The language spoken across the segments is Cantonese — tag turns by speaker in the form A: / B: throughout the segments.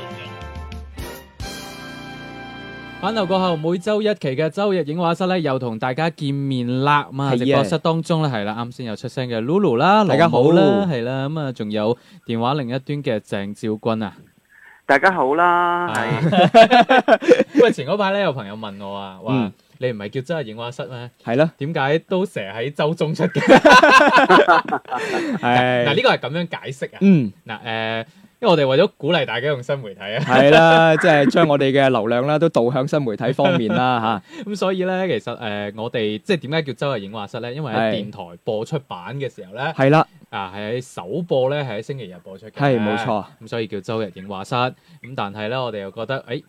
A: 影。
B: 玩流過後，每周一期嘅周日影畫室咧，又同大家見面啦。咁啊，
C: 係
B: 直
C: 啊
B: 播室當中咧，係啦，啱先有出聲嘅 Lulu 啦，
C: 大家好
B: 羅姆啦，係啦，咁啊，仲有電話另一端嘅鄭照君啊。
D: 大家好啦，係
B: 係。喂，啊前嗰排咧有朋友問我啊，話
C: 嗯
B: 你唔係叫周日影畫室咩？
C: 係咯，
B: 點解都成日喺周中出嘅？嗱，呢
C: 係，
B: 個係咁樣解釋啊。
C: 嗯，
B: 嗱，誒，因為我哋為咗鼓勵大家用新媒體啊。
C: 係啦， 即係將我哋嘅流量啦，都導向新媒體方面啦，
B: 咁所以咧，其實誒、呃我哋即係點解叫周日影畫室咧？因為喺電
C: 係
B: 台播出版嘅時候咧
C: 吓，，係啦，
B: 啊係喺首播咧係喺星期日播出嘅，
C: 係冇錯。
B: 咁所以叫周日影畫室。咁但係咧，我哋又覺得誒。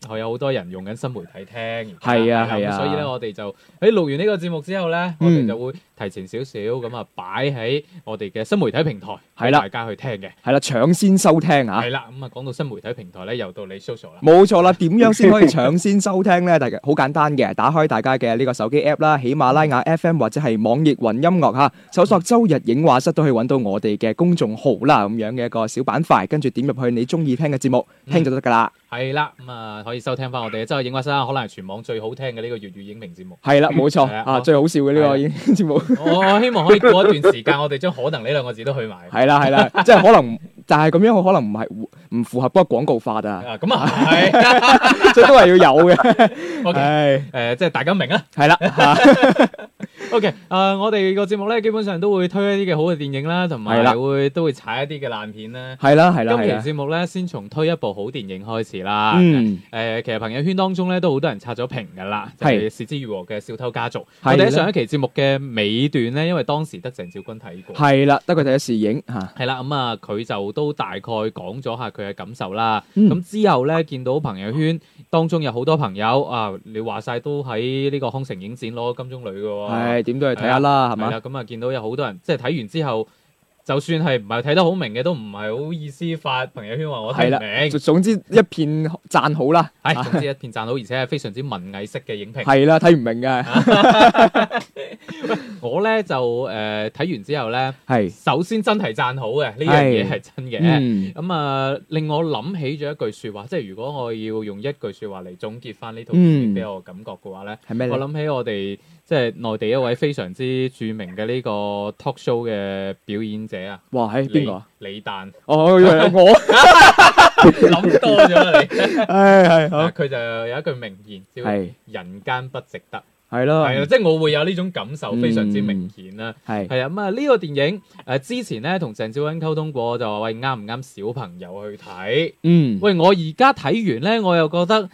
B: 係有好多人用緊新媒體聽，
C: 係啊
B: 咁
C: 係啊
B: 所以咧我哋就喺錄完呢個節目之後咧，我哋
C: 嗯
B: 就會提前少少咁啊，擺喺我哋嘅新媒體平台，
C: 係啦
B: 大家去聽嘅，
C: 係啦，搶先收聽吓
B: 係。啦。咁啊，講到新媒體平台咧，又到你 social 啦，
C: 冇錯啦，點樣先可以搶先收聽呢？大家好簡單嘅，打開大家嘅呢個手機 app 啦，喜馬拉雅 FM 或者係網易雲音樂嚇，搜索周日影畫室都可以揾到我哋嘅公眾號啦，咁樣嘅一個小板塊，跟住點入去你中意聽嘅節目，
B: 嗯
C: 聽就得㗎啦。
B: 係啦。咁啊，可以收聽翻我哋嘅周日影畫室啦，啊可能係全網最好聽嘅呢個粵語影評節目。
C: 係啦，冇錯
B: 係啊
C: 啊，最好笑嘅呢個影節目。
B: 我我希望可以過一段時間，我哋將可能呢兩個字都去埋。
C: 係啦係啦， 即係可能，但係咁樣我可能唔係唔符合嗰個廣告法啊，
B: 啊，咁啊係
C: 所以都係要有嘅。
B: ，OK，
C: 係
B: 誒，即係大家明啊。
C: 係啦嚇
B: OK，誒，我哋個節目咧，基本上都會推一啲嘅好嘅電影啦，同
C: 係
B: 埋
C: 啦
B: 會都會踩一啲嘅爛片啦。
C: 係啦係啦
B: 今
C: 係啦
B: 期節目咧，先啊從推一部好電影開始啦。
C: 嗯，
B: 誒，其實朋友圈當中咧都好多人刷咗屏㗎啦，就
C: 係
B: 係《是枝裕和》嘅《小偷家族》。我
C: 係啦
B: 哋喺上一期節目嘅尾段咧，因為當時得鄭少君睇過。
C: 係啦，得佢第一時影嚇，
B: 係啦，咁啊，佢就都大概講咗下佢嘅感受啦。
C: 嗯
B: 咁、之後咧，見到朋友圈當中有好多朋友啊，你話晒都喺呢個康城影展攞金鐘女嘅喎。
C: 係點都係睇下啦，係嘛
B: 哦係？啦，咁啊，見到有好多人即係睇完之後，就算係唔係睇得好明嘅，都唔係好意思發朋友圈話我睇
C: 係
B: 唔
C: 啦
B: 明。
C: 總總之一片讚好啦，
B: 係，總之一片讚好，而且係非常之文藝式嘅影評。
C: 係啦，睇唔明嘅，
B: 啊我咧就呃誒睇、完之後咧，
C: 係，
B: 首先真係讚好嘅，呢樣嘢係真嘅。
C: 嗯，
B: 咁啊、令我諗起咗一句説話，即係如果我要用一句説話嚟總結翻呢套片
C: 嗯
B: 俾我感覺嘅話咧，
C: 係咩
B: 我
C: 咧？
B: 諗起我哋即係內地一位非常之著名嘅呢個 talk show 嘅表演者啊，
C: 哇，係邊個
B: 李
C: 啊？
B: 李誕，
C: 哦，我以為我，
B: 諗多咗啦你。啊
C: 係係 好，
B: 佢就有一句名言叫
C: 係哦
B: 人間不值得，
C: 係咯，
B: 係啊，即係我會有呢種感
C: 嗯
B: 受，非常之明顯啦。
C: 係
B: 係啊，咁啊呢個電影誒、呃之前咧同鄭少恩溝通過，就話喂啱唔啱小朋友去睇？
C: 嗯
B: 喂，我而家睇完咧，我又覺得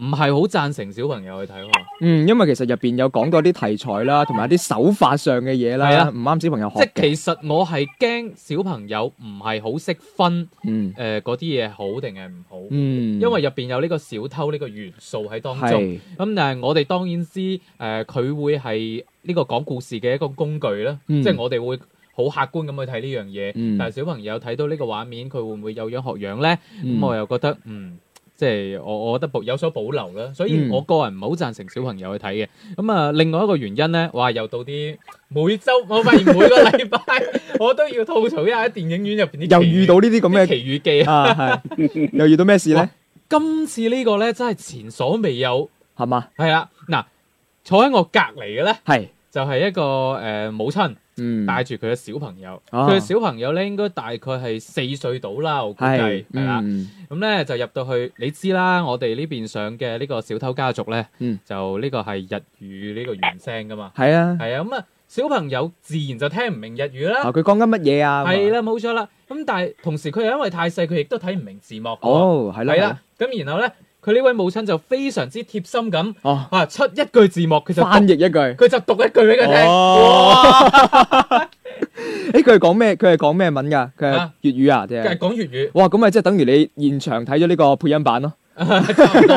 B: 唔係好贊成小朋友去睇喎。
C: 嗯，因為其實入邊有講到啲題材啦，同埋一啲手法上嘅嘢
B: 係啊
C: 啦，唔啱小朋友
B: 即
C: 學
B: 係
C: 嘅，
B: 其實我係驚小朋友唔係好識分
C: 嗯
B: 誒嗰啲嘢好定係唔好，
C: 嗯，
B: 因為入邊有呢個小偷呢個元素喺當中。
C: 係
B: 咁但係我哋當然知誒，呃佢、會係呢個講故事嘅一個工具啦，
C: 嗯
B: 即係我哋會好客觀咁去睇呢樣嘢。
C: 嗯
B: 但係小朋友睇到呢個畫面，佢會唔會有樣學樣咧？咁、
C: 嗯
B: 我又覺得嗯。即係我，我覺得保有所保留啦，所以
C: 嗯
B: 我個人唔係好贊成小朋友去睇嘅。咁啊，另外一個原因咧，哇，又到啲每週，我發現每個禮拜 我都要吐槽一下喺電影院入邊啲
C: 又
B: 奇
C: 遇到呢啲
B: 啲
C: 咁
B: 奇遇記
C: 嘅
B: 啊！
C: 啊， 係又遇到咩事咧？
B: 今次呢個咧真係前所未有。
C: 係嘛？
B: 係啦，嗱，坐喺我隔離嘅咧
C: 係，
B: 就係、一個誒、呃母親
C: 嗯，
B: 帶住佢嘅小朋友，
C: 啊
B: 佢嘅、小朋友咧應該大概係四歲到啦，我估計
C: 係，
B: 係啦。
C: 嗯
B: 咁咧、就入到去，你知啦，我哋呢邊上嘅呢個小偷家族咧，
C: 嗯
B: 就呢個係日語呢個原聲噶嘛，
C: 係啊，
B: 係啊，咁啊小朋友自然就聽唔明日語
C: 啊
B: 啦，
C: 佢講緊乜嘢啊？
B: 係啦、冇錯啦。咁但係同時佢又因為太細，佢亦都睇唔明字幕㗎喎。
C: 哦，係啦，
B: 係啦，咁然後咧，佢呢位母親就非常之貼心咁。
C: 哦，
B: 啊！出一句字幕，佢就
C: 翻
B: 讀
C: 譯 一句。
B: 佢就讀一 句俾佢聽。
C: 哦诶，佢係講咩？佢係講咩文㗎？佢係
B: 啊
C: 粵語啊，定
B: 哇！係
C: 係？
B: 講粵語，
C: 哇，咁咪即係等於你現場睇咗呢個配音版咯。
B: 差唔多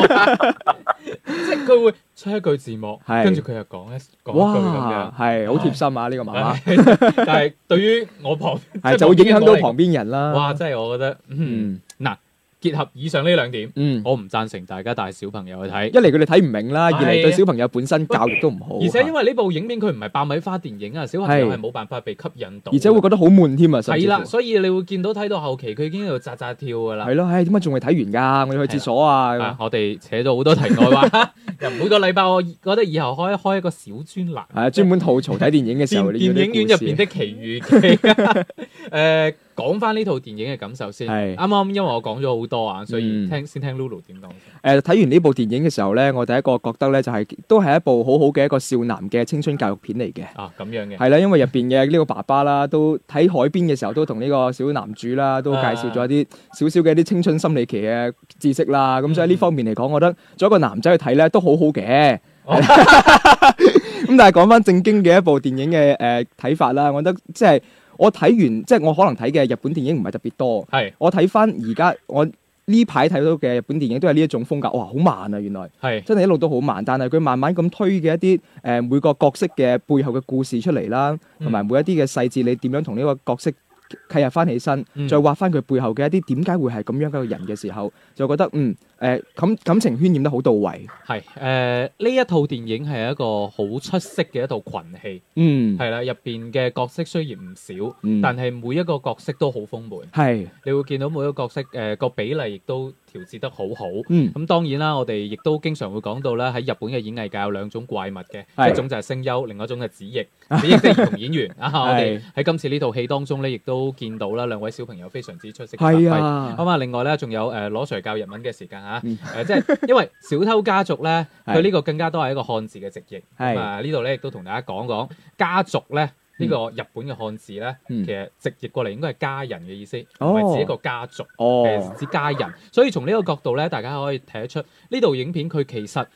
B: 即係佢會出一句字幕，
C: 係
B: 跟住佢又講一講一句咁樣
C: 哇，。係好貼心啊！呢 個媽 媽
B: 但係對於我旁
C: 係
B: 即係
C: 就會影響
B: 邊個
C: 到
B: 嚟
C: 旁邊人啦。
B: 哇！真係我覺得，嗯，
C: 嗯
B: 嗱，結合以上呢兩點，
C: 嗯，
B: 我唔贊成大家帶小朋友去睇
C: 一。嚟佢哋睇唔明啦，
B: 係啊
C: 二嚟對小朋友本身教育都唔好，啊
B: 而且因為呢部影片佢唔係爆米花電影啊，小朋友
C: 係
B: 係冇辦法被吸引到，
C: 而且會覺得好悶添啊，甚
B: 係
C: 至
B: 啦，
C: 乎
B: 所以你會見到睇到後期佢已經喺度扎扎跳噶啦
C: 係。咯，唉，點解仲未睇完㗎？我要去廁所啊！
B: 啊
C: 咁！
B: 我哋扯咗好多題外話， 又每個禮拜我覺得以後開開一個小專欄，
C: 係啊，專門吐槽睇電影嘅時
B: 電
C: 候，你要
B: 電
C: 啲
B: 影院入
C: 故事啊
B: 邊的奇遇記。 誒，講翻呢套電影嘅感受先。
C: 係
B: 啱啱因為我講咗好多啊，所以
C: 嗯
B: 聽先聽 Lulu 點講先。
C: 誒睇完呢部電影嘅時候咧，我第一個覺得咧就係、都係一部好好嘅一個少男嘅青春教育片嚟嘅。
B: 啊，咁樣嘅。
C: 係啦，因為入邊嘅呢個爸爸啦，都喺海邊嘅時候都同呢個小男主啦，都
B: 啊
C: 介紹咗一啲少少嘅一啲青春心理期嘅知識啦。咁
B: 嗯
C: 所以呢方面嚟講，我覺得作為一個男仔去睇咧都好好嘅。
B: 哦
C: 咁 但係講翻正經嘅一部電影嘅誒睇法啦，我覺得即係我睇完，即係我可能睇嘅日本電影唔係特別多。
B: 係
C: 我睇翻而家我呢排睇到嘅日本電影都係呢一種風格，哇，好慢啊！原來
B: 係
C: 真係一路都好慢，但係佢慢慢咁推嘅一啲誒、呃每個角色嘅背後嘅故事出嚟啦，
B: 嗯
C: 同埋每一啲嘅細節，你點樣同呢個角色契合翻起身，
B: 嗯
C: 再畫翻佢背後嘅一啲點解會係咁樣嘅一個人嘅時候，就覺得嗯誒、呃感感情渲染得好到位，
B: 係誒呃呢一套電影係一個好出色嘅一套群戲，
C: 嗯
B: 係啦，入邊嘅角色雖然唔少，
C: 嗯
B: 但係每一個角色都好豐滿，
C: 係
B: 你會見到每一個角色誒個、比例亦都調節得好好。
C: 嗯
B: 咁當然啦，我哋亦都經常會講到啦，喺日本嘅演藝界有兩種怪物嘅，
C: 係
B: 一種就係聲優，另外一種就係子役，子役即係兒童演員 啊！我哋喺今次呢套戲當中咧，亦都見到啦，兩位小朋友非常之出色嘅發揮
C: 係。啊
B: 咁啊，另外咧，仲有誒攞 Sir 教日文嘅時間嚇，誒
C: 嗯
B: 即係因為小偷家族咧，
C: 係
B: 佢呢個更加多係一個漢字嘅直譯。
C: 係
B: 咁啊，呢度咧亦都同大家講講家族咧呢個日本嘅漢字咧，
C: 嗯
B: 其實直譯過嚟應該係家人嘅意思，唔
C: 哦
B: 係指一個家族。
C: 哦
B: 誒指家人，所以從呢個角度咧，大家可以睇得出呢套影片佢其實誒、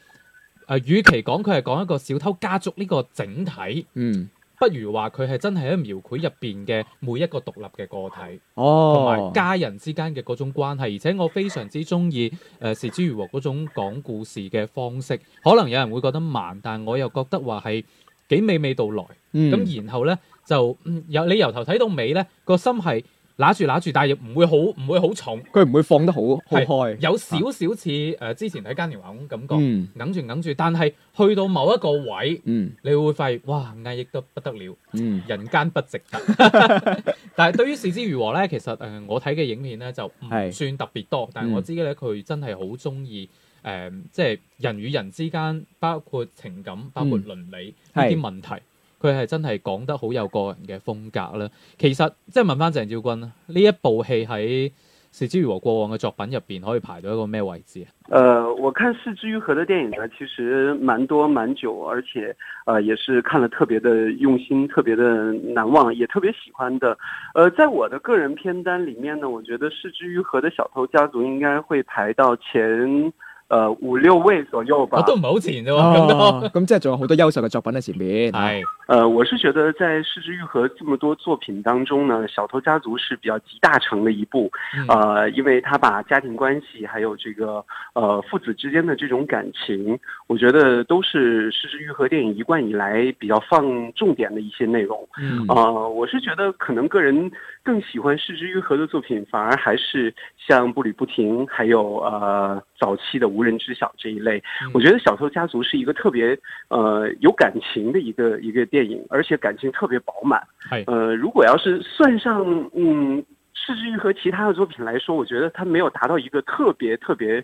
B: 呃，與呃其講佢係講一個小偷家族呢個整體，
C: 嗯
B: 不如話佢係真係喺描繪入邊嘅每一個獨立嘅個體，同埋、
C: 哦
B: 家人之間嘅嗰種關係。而且我非常之中意誒是枝裕和嗰種講故事嘅方式，可能有人會覺得慢，但我又覺得話係幾娓娓道來。
C: 嗯
B: 咁、然後咧就嗯由你由頭睇到尾咧，個心係揦住揦住，但係又唔會好唔會好重。
C: 佢唔會放得好好
B: 係
C: 開，
B: 有少少似誒之前睇嘉年華咁感覺，
C: 嗯
B: 揞住揞住，但係去到某一個位，
C: 嗯
B: 你會發現哇藝亦都不得了，
C: 嗯
B: 人間不值得。 但係對於《是枝裕和》咧，其實誒、呃我睇嘅影片咧就唔
C: 係嗯
B: 算特別多，但係我知咧佢真係好中意誒，即係人與人之間，包括情感、包括倫理呢
C: 嗯係
B: 啲問題。佢係真係講得好有個人嘅風格啦。其實即係問翻鄭照君啦，呢一部戲喺《是枝裕和》過往嘅作品入邊可以排到一個咩位置啊？
D: 呃，我看《是枝裕和》的电影呢，其实蛮多蛮久，而且呃也是看了特别的用心，特别的难忘，也特别喜欢的。呃，在我的个人片单里面呢，我觉得《是枝裕和》的《小偷家族》应该会排到前呃五六位左右吧。
B: 我哦都唔係好前啫喎，
C: Ờ.
B: 咁多
C: 哦咁即係仲有好多優秀嘅作品喺前面，
B: 係
D: 呃，我是觉得在《失之愈合》这么多作品当中呢，《小偷家族》是比较集大成的一部。
B: 嗯
D: 呃，因为他把家庭关系还有这个呃父子之间的这种感情，我觉得都是《失之愈合》电影一贯以来比较放重点的一些内容。
C: 哦
B: 嗯
D: 呃，我是觉得可能个人更喜欢《失之愈合》的作品，反而还是像《步履不停》还有呃早期的《无人知晓》这一类。
B: 嗯
D: 我觉得《小偷家族》是一个特别呃有感情的一个一个电影，而且感情特别饱满。
B: 係
D: 呃，如果要是算上嗯《失之愈合》其他的作品来说，我觉得它没有达到一个特别特别。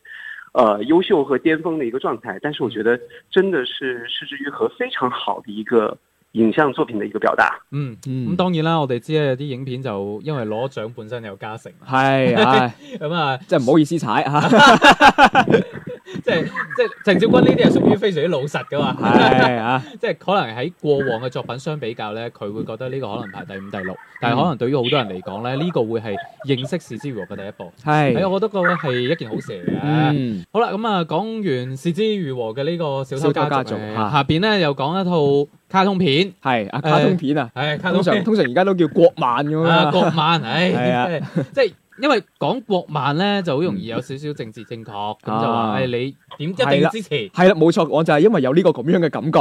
D: 呃，优秀和巅峰的一个状态，但是我觉得真的是《失之愈合》非常好的一个影像作品的一个表达。
B: 嗯。
C: 嗯
B: 咁當然啦，我哋知啊咧有啲影片就因為攞獎本身有加成，
C: 係唉，
B: 咁啊，
C: 真係唔好意思踩嚇。
B: 即係即係鄭少君呢啲係屬於非常之老實噶嘛，
C: 係啊，
B: 即係可能喺過往嘅作品相比較咧，佢會覺得呢個可能排第五、第六，
C: 嗯
B: 但係可能對於好多人嚟講咧，呢、個會係認識是枝裕和嘅第一步。係，
C: 係，
B: 我覺得個係一件好事嚟嘅。
C: Ừ. 嗯，
B: 好啦，咁啊，講完是枝裕和嘅呢個小偷
C: 小偷
B: 家
C: 家
B: 族，
C: 族
B: 誒
C: 嚇
B: 下邊咧又講一套卡通片，
C: 係啊，卡通片啊，
B: 係卡
C: 通
B: 通
C: 常
B: 片
C: 通常而家都叫國漫咁
B: 啊，
C: 啊，
B: 國漫，唉，
C: 係啊
B: 真係即係。因為講國漫咧就好容易有少少政治正確，咁就
C: 啊
B: 話誒你點一
C: 係
B: 定
C: 啦
B: 要支持。
C: 係啦，冇錯，我就係因為有呢個咁樣嘅感覺，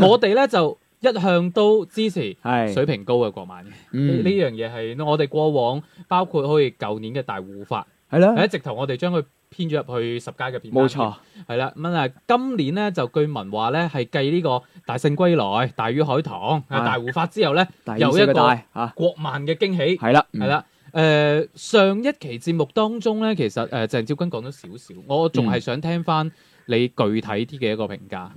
B: 誒，我哋咧就一向都支持
C: 係
B: 水平高嘅國漫嘅。呢
C: 嗯
B: 呢樣嘢係我哋過往包括好似舊年嘅大護法，
C: 係啦，
B: 喺直頭我哋將佢編咗入去十佳嘅片單
C: 啊冇
B: 嘅。
C: 錯，
B: 係啦，咁啊，今年咧就據聞話咧係繼呢個《大聖歸來》《大魚海棠》
C: 係
B: 啊《大護法》之後咧，
C: 第
B: 有
C: 四
B: 一個
C: 個大嚇，
B: 國漫嘅驚喜
C: 係啦，嗯
B: 係，啦。誒、上一期節目當中咧，其實誒、呃、鄭照君講咗少少，我仲
C: 嗯
B: 係想聽翻你具體啲嘅一個評價。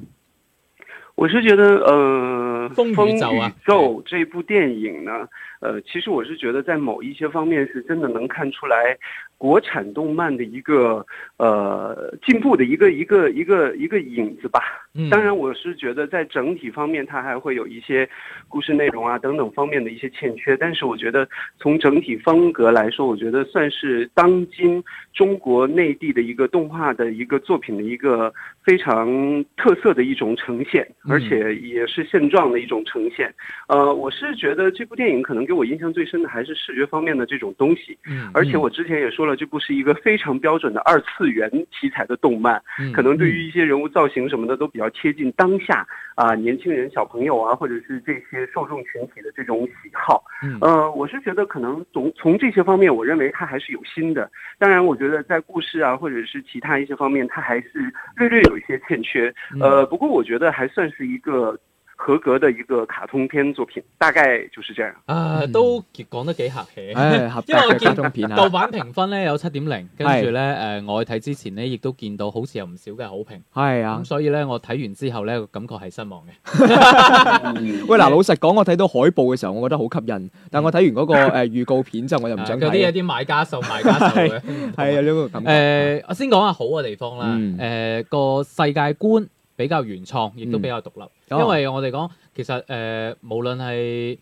D: 我是觉得，呃，
B: 风
D: 《
B: 雨
D: 风
B: 走啊
D: 雨骤》这部电影呢，呃，其实我是觉得在某一些方面是真的能看出来国产动漫的一个呃进步的一个一个一个一个影子吧。
B: 嗯，
D: 当然，我是觉得在整体方面，它还会有一些故事内容啊等等方面的一些欠缺。但是，我觉得从整体风格来说，我觉得算是当今中国内地的一个动画的一个作品的一个非常特色的一种呈现，
B: 嗯
D: 而且也是现状的一种呈现。呃，我是觉得这部电影可能给我印象最深的还是视觉方面的这种东西。
B: 嗯，
D: 而且我之前也说了，这部是一个非常标准的二次元题材的动漫。
B: 嗯
D: 可能对于一些人物造型什么的都比较贴近当下啊、年轻人、小朋友啊，或者是这些受众群体的这种喜好。
B: 嗯
D: 呃，我是觉得可能从从这些方面，我认为它还是有新的。当然，我觉得在故事啊，或者是其他一些方面，它还是略略有一些欠缺。
B: 嗯
D: 呃，不过我觉得还算是一个合格的一个卡通片作品，大概就是这样。
B: 啊，都講得幾客氣。
C: 嗯唉，合格
B: 因為我
C: 嘅
B: 見
C: 卡通片
B: 豆
C: 啊，
B: 瓣評分咧有七點零，跟住咧誒，我去睇之前咧亦都見到好似有唔少嘅好評，
C: 係啊
B: 咁。所以咧我睇完之後咧個感覺係失望嘅。嗯
D: 嗯
C: 喂，嗱，老實講，我睇到海報嘅時候，我覺得好吸引，但我睇 完嗰個誒預告片之後，我就唔想
B: 嗯啊嗰啲有
C: 睇，啊
B: 啲買家售賣家售 嘅。
C: 係啊有呢個感覺。
B: 誒，呃我先講下好嘅地方啦。
C: 嗯
B: 誒個世界觀比較原創，亦都比較獨立。
C: 哦
B: 因為我哋講其實誒，無論係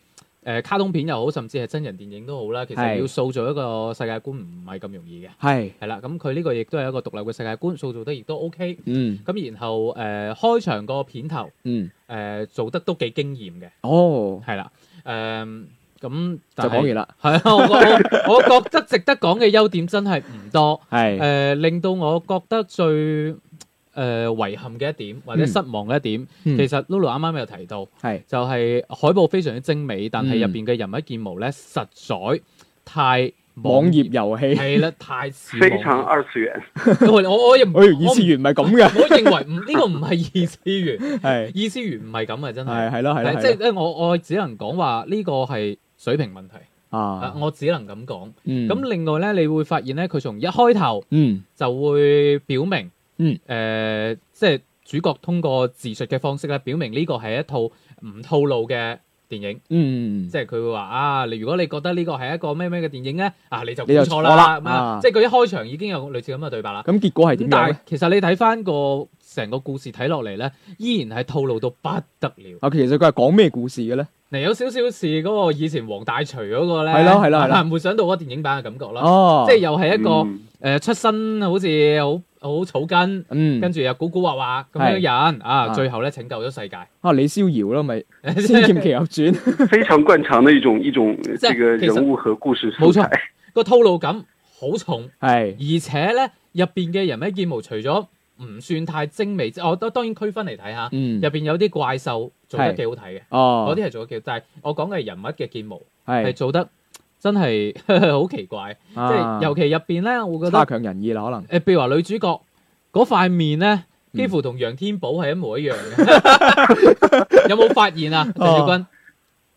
B: 誒卡通片又好，甚至係真人電影都好啦，其
C: 係
B: 實要塑造一個世界觀唔係咁容易嘅。
C: 係，
B: 係啦，咁佢呢個亦都係一個獨立嘅世界觀，塑造得亦都 OK。
C: 嗯
B: 咁然後誒、呃、開場個片頭誒、
C: 嗯，
B: 呃做得都幾驚豔嘅，
C: 哦，
B: 係啦，誒咁
C: 就講完
B: 啦。
C: 啦，
B: 係啊，我我我覺得值得講嘅優點真係唔多，誒、
C: 係
B: 呃令到我覺得最誒、呃、遺憾嘅一點或者
C: 嗯
B: 失望嘅一點，
C: 嗯
B: 其實 Lulu 啱啱有提到，
C: 係
B: 就係海報非常之精美，但係入
C: 嗯
B: 邊嘅人物建模咧實在太
C: 網頁遊戲，
B: 係啦，太似
D: 非
B: 網頁
D: 常啊二次元。
B: 因為 我我 亦唔，我
C: 哎，二次元唔係咁嘅，
B: 唔 我認為唔呢個唔係二次元，
C: 係
B: 二次元唔係咁嘅真
C: 係啊
B: 係，
C: 係咯係咯
B: 係
C: 係
B: 即係
C: 咯
B: 咧我我只能講話呢個係水平問題，啊
C: 啊，
B: 我只能咁講。
C: 嗯
B: 咁另外咧，你會發現咧，佢從一開頭
C: 嗯
B: 就會表明，
C: 嗯
B: 誒，即係主角通過自述嘅方式咧，表明呢個係一套唔套路嘅電影。
C: 嗯
B: 即係佢會話啊，你如果你覺得呢個係一個咩咩嘅電影咧，啊你就估
C: 你就
B: 錯
C: 錯啦
B: 啦，咁
C: 啊
B: 啊，即係佢一開場已經有類似咁嘅對白啦。
C: 咁結果係
B: 咁
C: 點樣
B: 但
C: 咧
B: 係？其實你睇翻個成個故事睇落嚟咧，依然係套路到不得了。
C: 啊，其實佢係講咩故事嘅咧？
B: 嗱，有少少似嗰個以前黃大廚嗰個咧，
C: 係咯係咯係咯
B: 啊回想到嗰個電影版嘅感覺啦。
C: 哦，
B: 即係又係一個誒、
D: 嗯
B: 呃出身好似好好草根，
C: 嗯
B: 跟住又古古惑惑咁樣嘅人
C: 啊
B: 啊，最後咧拯救咗世界。
C: 啊李逍遙 啦，咪《仙劍奇俠傳》
D: 嗯非常惯常的一种一种 呃
B: 在
D: 这个
B: 其实
D: 人物和故事素
B: 冇錯
D: 材。，
B: 個套路感好重，
C: 係
B: 而且咧入邊嘅人物建模除咗唔算太精美，我當當然區分嚟睇下，
C: 嗯
B: 入邊有啲怪獸做得
C: 係
B: 幾好睇嘅。嗰
C: 哦
B: 啲係做得幾，但係我講嘅係人物嘅建模係
C: 係
B: 做得真係 好奇怪，
C: 即
B: 即係尤其入邊咧，我覺
C: 啊
B: 得
C: 差強人意啦，可能
B: 誒，譬如話女主角嗰塊面咧，
C: 嗯
B: 幾乎同楊天寶係一模一樣嘅， 有冇發現啊，陳小
C: 哦
B: 君？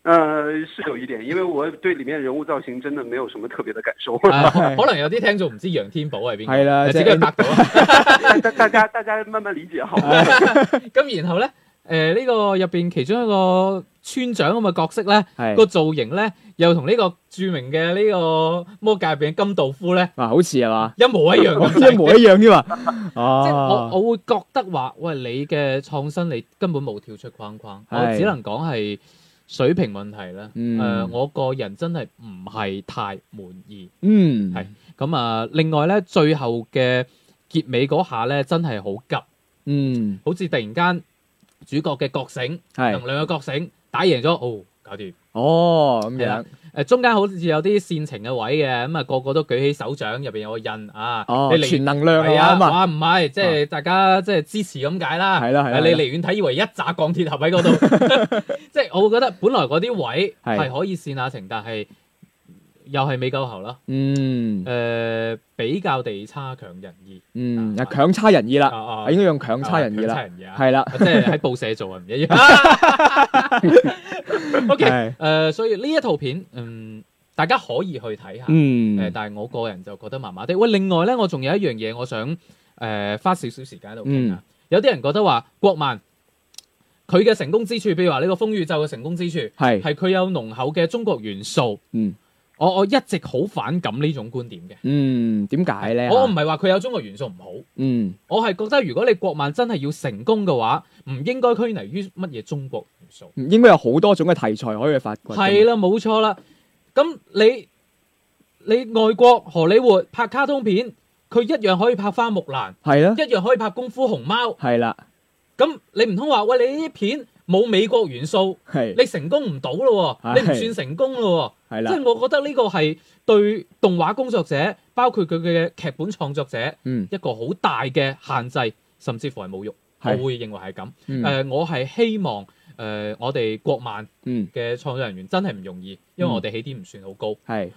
D: 呃，是有一点，因为我对里面人物造型真的没有什么特别的感受。
B: 啊可能有啲聽眾唔知楊天寶係邊個，
C: 係啦，即
B: 自己去
C: 係
B: 百度啊。
D: 大大大家大家慢慢理解好吗？
B: 咁然後咧，誒呢個入邊其中一個村長咁嘅角色咧，
C: 係
B: 個造型咧又同呢個著名嘅呢個魔界入邊嘅金道夫咧
C: 啊，好似係嘛？
B: 一模一樣咁
C: 一模一 樣添嘛？
B: 即係我
C: 哦，
B: 我會覺得話，喂，你嘅創新你根本冇跳出框框，我
C: 係
B: 只能講係水平問題啦。誒、呃
C: 嗯
B: 我個人真係唔係太滿意。
C: 嗯，
B: 係咁啊，另外咧，最後嘅結尾嗰下咧，真係好急，
C: 嗯，
B: 好似突然間主角嘅覺醒，
C: 係
B: 能量嘅覺醒，打贏咗，哦，搞掂。
C: 哦咁
B: 係啦
C: 樣，
B: 誒、誒中間好似有啲煽情嘅位嘅，咁啊個個都舉起手掌，入邊有個印啊，
C: 哦，
B: 你離
C: 全能量
B: 係
C: 啊
B: 啊，
C: 嘛。
B: 哇唔係，即係大家即係支持咁解啦。
C: 係啦係啦
B: 誒你
C: 係啦
B: 離遠睇以為一扎鋼鐵俠喺嗰度， 即係我會覺得本來嗰啲位
C: 係
B: 係可以煽下情，但係又係未夠喉啦。
C: 嗯
B: 誒、比較地差強人意
C: 嗯，啊強差人意啦，
B: 啊
C: 啊應該用強差人意
B: 強差
C: 啦，
B: 人意啊！
C: 係啦，
B: 即係喺報社做啊，唔 一樣。O K，
C: 係
B: 誒，呃所以呢一套片，嗯，大家可以去睇下。誒、呃
C: 嗯，
B: 但係我個人就覺得麻麻地。喂，另外咧，我仲有一樣嘢，我想誒、呃花少少時間喺度傾
C: 嗯
B: 下。有啲人覺得話國漫佢嘅成功之處，譬如話呢個《風雨咒》嘅成功之處，
C: 係，
B: 係佢有濃厚嘅中國元素。
C: 嗯，
B: 我我一直好反感呢種觀點嘅。
C: 嗯，點解咧？
B: 我唔係話佢有中國元素唔好。
C: 嗯
B: 我係覺得，如果你國漫真係要成功嘅話，唔應該拘泥於乜嘢中國元素。
C: 應該有好多種嘅題材可以去發掘。
B: 係，啦，冇錯啦。咁你你外國荷里活拍卡通片，佢一樣可以拍花木蘭，
C: 係啦，
B: 一樣可以拍功夫熊貓。
C: 係啦，
B: 咁你唔通話喂你呢啲片冇美國元素，
C: 係
B: 你成功唔到咯喎？
C: 係
B: 你唔算成功咯
C: 係
B: 喎？
C: 啦
B: 即，係我覺得呢個係對動畫工作者，包括佢嘅劇本創作者
C: 嗯
B: 一個好大嘅限制，甚至乎係侮辱。我
C: 係
B: 會認為係咁。誒、
C: 嗯
B: 呃我係希望誒、呃我哋國漫
C: 嗯
B: 嘅創作人員真係唔容易，因為我哋起點唔算好高。誒、
C: 係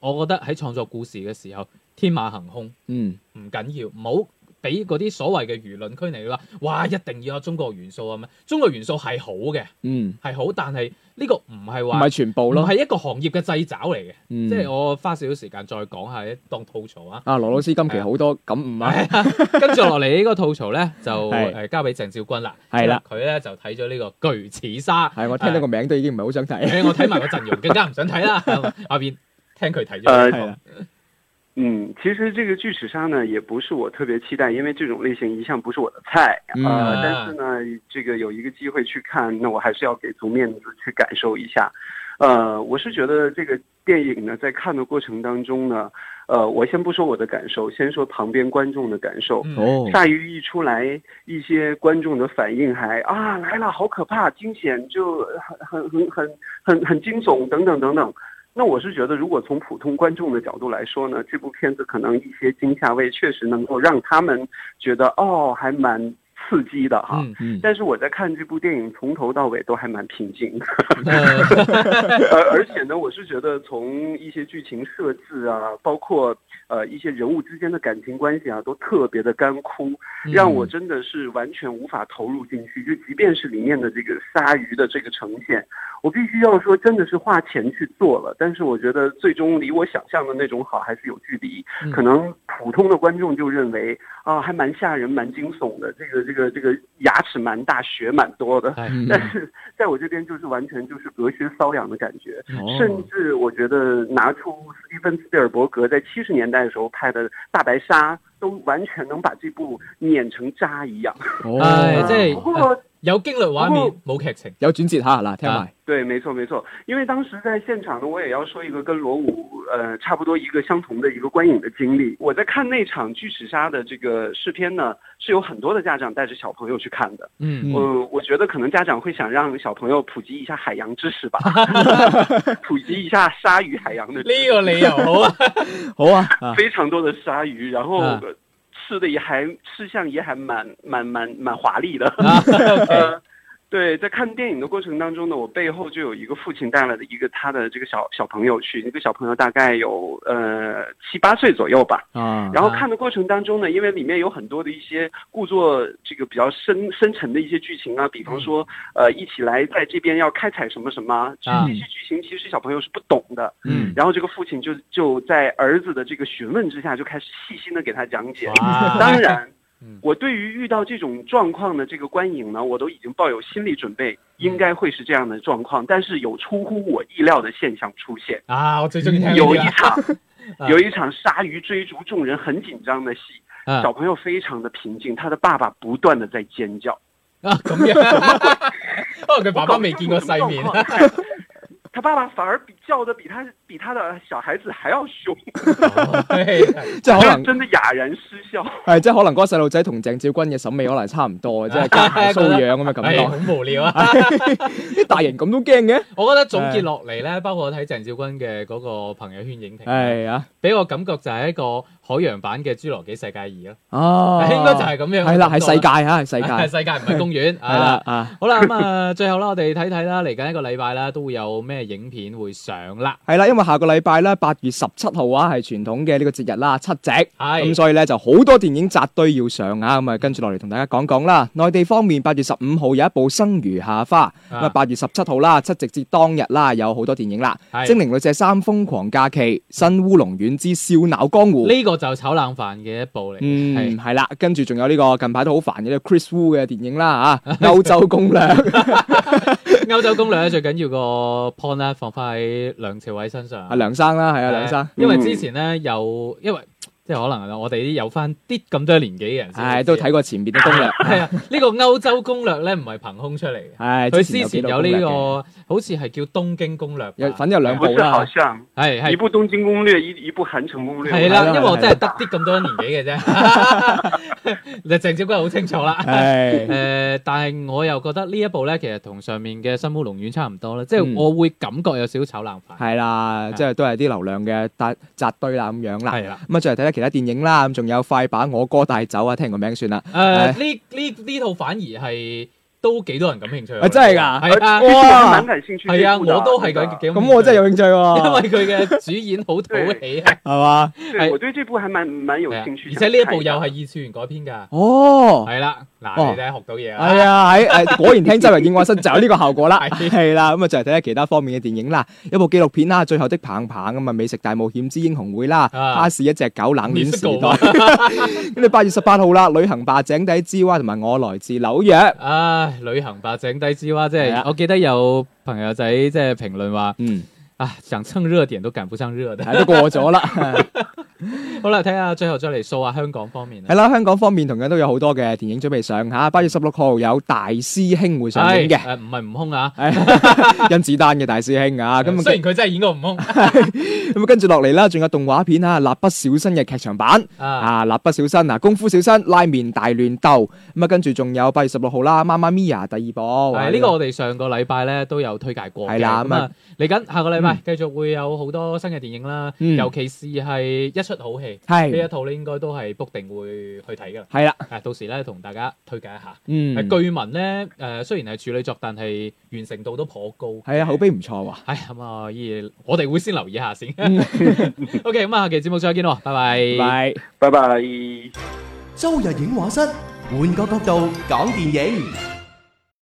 B: 我覺得喺創作故事嘅時候，天馬行空
C: 嗯
B: 唔緊要，唔好俾嗰啲所謂嘅輿論區嚟話，哇，一定要有中國元素啊咩？中國元素係好嘅，
C: 嗯，
B: 係好，但係呢個唔係
C: 唔
B: 話
C: 係。全部
B: 唔
C: 咯，嗯
B: 係一個行業嘅掣肘嚟嘅，
C: 即
B: 即係我花少少時間再講下，當吐槽啊。
C: 啊，羅老師今期好多感 悟啊，
B: 跟住落嚟呢個吐槽咧，就
C: 係
B: 誒交俾鄭少君啦。
C: 係啦，
B: 佢咧就睇咗呢個巨齒鯊。
C: 係我聽到個名都已經唔係好想睇。
B: 誒，我睇埋個陣容，更加唔想睇 啦。阿邊聽佢睇
D: 呃
B: 咗，
C: 係啦，
D: 嗯，其实这个巨齿鲨呢，也不是我特别期待，因为这种类型一向不是我的菜。
C: 嗯
D: 呃，但是呢，这个有一个机会去看，那我还是要给足面子去感受一下。呃，我是觉得这个电影呢，在看的过程当中呢，呃，我先不说我的感受，先说旁边观众的感受。
B: 嗯
C: 哦，
D: 鲨鱼一出来，一些观众的反应还啊来了，好可怕，惊险，就很很很很很很惊悚等等等等。那我是觉得，如果从普通观众的角度来说呢，这部片子可能一些惊吓味确实能够让他们觉得哦，还蛮刺激的哈。
B: 嗯，
C: 嗯
D: 但是我在看这部电影从头到尾都还蛮平静的，
B: 誒
D: 而而且呢，我是觉得从一些剧情设置啊，包括呃一些人物之间的感情关系啊，都特别的干枯。
B: 嗯
D: 让我真的是完全无法投入进去。就即便是里面的这个鲨鱼的这个呈现，我必须要说，真的是花钱去做了。但是我觉得最终离我想象的那种好还是有距离
B: 嗯。
D: 可能普通的观众就认为啊，还蛮吓人、蛮惊悚的，这个这个这个牙齿蛮大、血蛮多的。
B: 係
C: 嗯
D: 但是在我这边就是完全就是隔靴搔痒的感觉。
C: 哦
D: 甚，至我觉得拿出斯蒂芬斯皮尔伯格在七十年代的时候拍的《大白鲨》，都完全能把这部碾成渣一样。
C: 哦
B: 唉哎
C: 嗯
D: 呃
B: 即係
D: 不过
B: 有經歷畫面，冇劇情。
C: 有轉折嚇嗱，聽埋
D: 对，没错没错，因为当时在现场呢，我也要说一个跟罗武呃差不多一个相同的一个观影的经历。我在看那场巨齿鲨的这个试片呢，是有很多的家长带着小朋友去看的。
B: 嗯
C: 嗯
D: 嗯，我觉得可能家长会想让小朋友普及一下海洋知识吧， 普及一下鲨鱼海洋的知识
B: 呢個理由好 啊。
C: 好啊，啊
D: 非常多的鲨鱼，然后
B: 啊
D: 呃吃的也还吃相也还蛮蛮蛮蛮华丽的。
B: 啊 OK
D: 呃，对，在看电影的过程当中呢，我背后就有一个父亲带来的一个他的这个小小朋友去，那个小朋友大概有呃七八岁左右吧。
C: 啊，
D: 然后
B: 啊
D: 看的过程当中呢，因为里面有很多的一些故作这个比较深深沉的一些剧情啊，比
B: 嗯
D: 方说呃一起来在这边要开采什么什么，这
B: 啊
D: 这些剧情其实小朋友是不懂的。
C: 嗯
D: 然后这个父亲就就在儿子的这个询问之下，就开始细心的给他讲解。
B: 哇
D: 当然
B: 嗯，
D: 我对于遇到这种状况的这个观影呢，我都已经抱有心理准
B: 嗯
D: 备，应该会是这样的状况。但是有出乎我意料的现象出现，
B: 啊，我最中意聽呢
D: 有
B: 啲
D: 一
B: 啦。
D: 场
B: 啊
D: 有一场鲨鱼追逐众人很紧张的戏，
B: 啊
D: 小朋友非常的平静，他的爸爸不断的在尖 叫。
B: 啊咁樣，可能佢爸爸未見過世面。
D: 他爸爸反而比叫的比他比他的小孩子還要兇，
B: 哎係
C: 即係可能
D: 真的啞然失笑。
C: 係即係可能嗰個細路仔同鄭少君嘅審美可能差唔 多，即係隔行搔癢咁嘅感覺。
B: 哎好無聊啊！
C: 啲大人咁都驚嘅，
B: 我覺得總結落嚟咧，包括我睇鄭少君嘅嗰個朋友圈影評，
C: 係啊，
B: 俾我感覺就係一個海洋版嘅《侏羅紀世界二》咯，
C: 哦，
B: 應該就係咁樣。
C: 係啦，係世界嚇，係世 界，
B: 係世界唔係公 園。
C: 係啦，啊，
B: 好啦，咁啊，最後啦，我哋睇睇啦，嚟緊一個禮拜啦，都會有咩影片會上啦。
C: 係啦，因為下個禮拜咧，八月十七號啊，係傳統嘅呢個節日啦，七夕。咁
B: 係，
C: 所以咧就好多電影扎堆要上啊，咁啊跟住落嚟同大家講講啦。內地方面，八月十五號有一部《生如夏花》，咁啊
B: 啊
C: 八月十七號啦，七夕節當日啦，有好多電影啦，《
B: 係
C: 精靈女姐三瘋狂假期》、《新烏龍院之笑鬧江湖》。
B: 呢個就炒冷飯嘅一部嚟。
C: 嗯，
B: 係
C: 係啦，跟住仲有呢個近排都好煩嘅呢個 Chris Wu 嘅電影 啦嚇，《歐洲攻略》
B: 歐洲攻略咧，最緊要個 point 咧放翻喺梁朝偉身上。
C: 阿梁生啦，係啊，
B: 誒
C: 梁生，
B: 因為之前咧有，因為即係可能我哋啲有翻啲咁多年紀嘅人先會知，啊
C: 唉都睇過前面嘅攻略，
B: 係啊，呢個歐洲攻略咧唔係憑空出嚟嘅，
C: 唉，
B: 佢之前
C: 幾
B: 有
C: 套攻
B: 呢
C: 略嘅，
B: 個好似係叫東京攻略吧，
C: 有反正有兩
D: 不
C: 部
D: 是，好
C: 啦，
D: 像
B: 係
D: 一
B: 係。
D: 部《東京攻略》，一一部《韓城攻略》。
B: 係
C: 係啦
B: 啦，因為我
C: 係
B: 真係得啲咁多年紀嘅啫， 你鄭少君好清楚 啦。誒、
C: 唉，
B: 但係我又覺得呢一部咧，其實同上面嘅《新烏龍院》差唔多啦，即係
C: 嗯
B: 我會感覺有少少炒冷飯。
C: 係啦，即係都係啲流量嘅搭扎堆啦咁樣啦。
B: 係啦，
C: 咁啊，再嚟睇睇其他電影啦，咁仲有快把我哥帶走啊，聽個名算啦。
B: 誒呢呢呢套反而係都幾多人感興趣。
C: 啊真係㗎
B: 係啊，
D: 呃其實我
C: 哇
D: 還蠻感興趣這一
B: 係啊，
D: 部的
B: 我都係
D: 真
B: 咁
D: 的
B: 幾。
C: 咁我真係有興趣啊
B: 因
C: 喎，
B: 為佢嘅主演好討喜啊，
C: 係 嘛？
B: 哎
D: 对，我对这部还蛮蛮有
B: 係啊
D: 兴趣。
B: 而且呢一部又
D: 想
B: 係
D: 看下
B: 二次元改編㗎。
C: 哦，
B: 係啦，
C: 哦
B: 嗱，你睇學到嘢啊。
C: 係啊，喺誒 果然聽周日影畫室就有呢個效果啦，
B: 係
C: 係啦。咁啊，就嚟睇下其他方面嘅電影啦，一部紀錄片啦，《最後的棒棒》咁啊，《美食大冒險之英雄會》啦，《
B: 啊
C: 巴士一隻狗冷面時代
B: Musical》
C: 咁你八月十八號啦，《旅行吧井底之蛙》同埋《我來自紐約》。
B: 唉，旅行吧，井底之蛙，即
C: 係啊
B: 係我記得有朋友仔即係評論話，
C: 嗯，
B: 啊，想蹭熱點都趕不上熱的。
C: 係都過咗啦。
B: 好啦，睇下最後再嚟數下香港方面啊
C: 係
B: 啦。
C: 啦，香港方面同樣都有好多嘅電影準備上嚇，八月十六號有大師兄會上映嘅，
B: 唉誒唔係悟空啊， 呃
C: 甄子丹嘅大師兄啊，咁
B: 雖
C: 啊
B: 然佢真係演過悟空
C: 咁啊跟住落嚟啦，仲有動畫片啊，《蠟筆小新》嘅劇場版
B: 啊，
C: 啊，《蠟筆小新》啊，《功夫小新》拉麵大亂鬥，咁啊跟住仲有八月十六號啦，《媽媽咪呀》第二部，
B: 係呢個我哋上個禮拜咧都有推介過嘅。
C: 啊係啦
B: 咁啊嚟緊下個禮拜繼續會有好多新嘅電影啦，
C: 嗯
B: 尤其是係一出好戲。呢一
C: 係
B: 套咧應該都係啊 book 定會去睇㗎啦，
C: 係啦，
B: 啊到時咧同大家推介一下。
C: 嗯，
B: 誒據聞咧，誒雖然係處女作，但係完成度都頗高。
C: 係啊，口碑唔錯喎。
B: 係咁啊，依我哋會先留意一下先
C: 嗯。
B: OK，咁啊，下期節目再見咯，拜
C: 拜拜。
D: 拜拜。
A: 周日影畫室，換個角度講電影。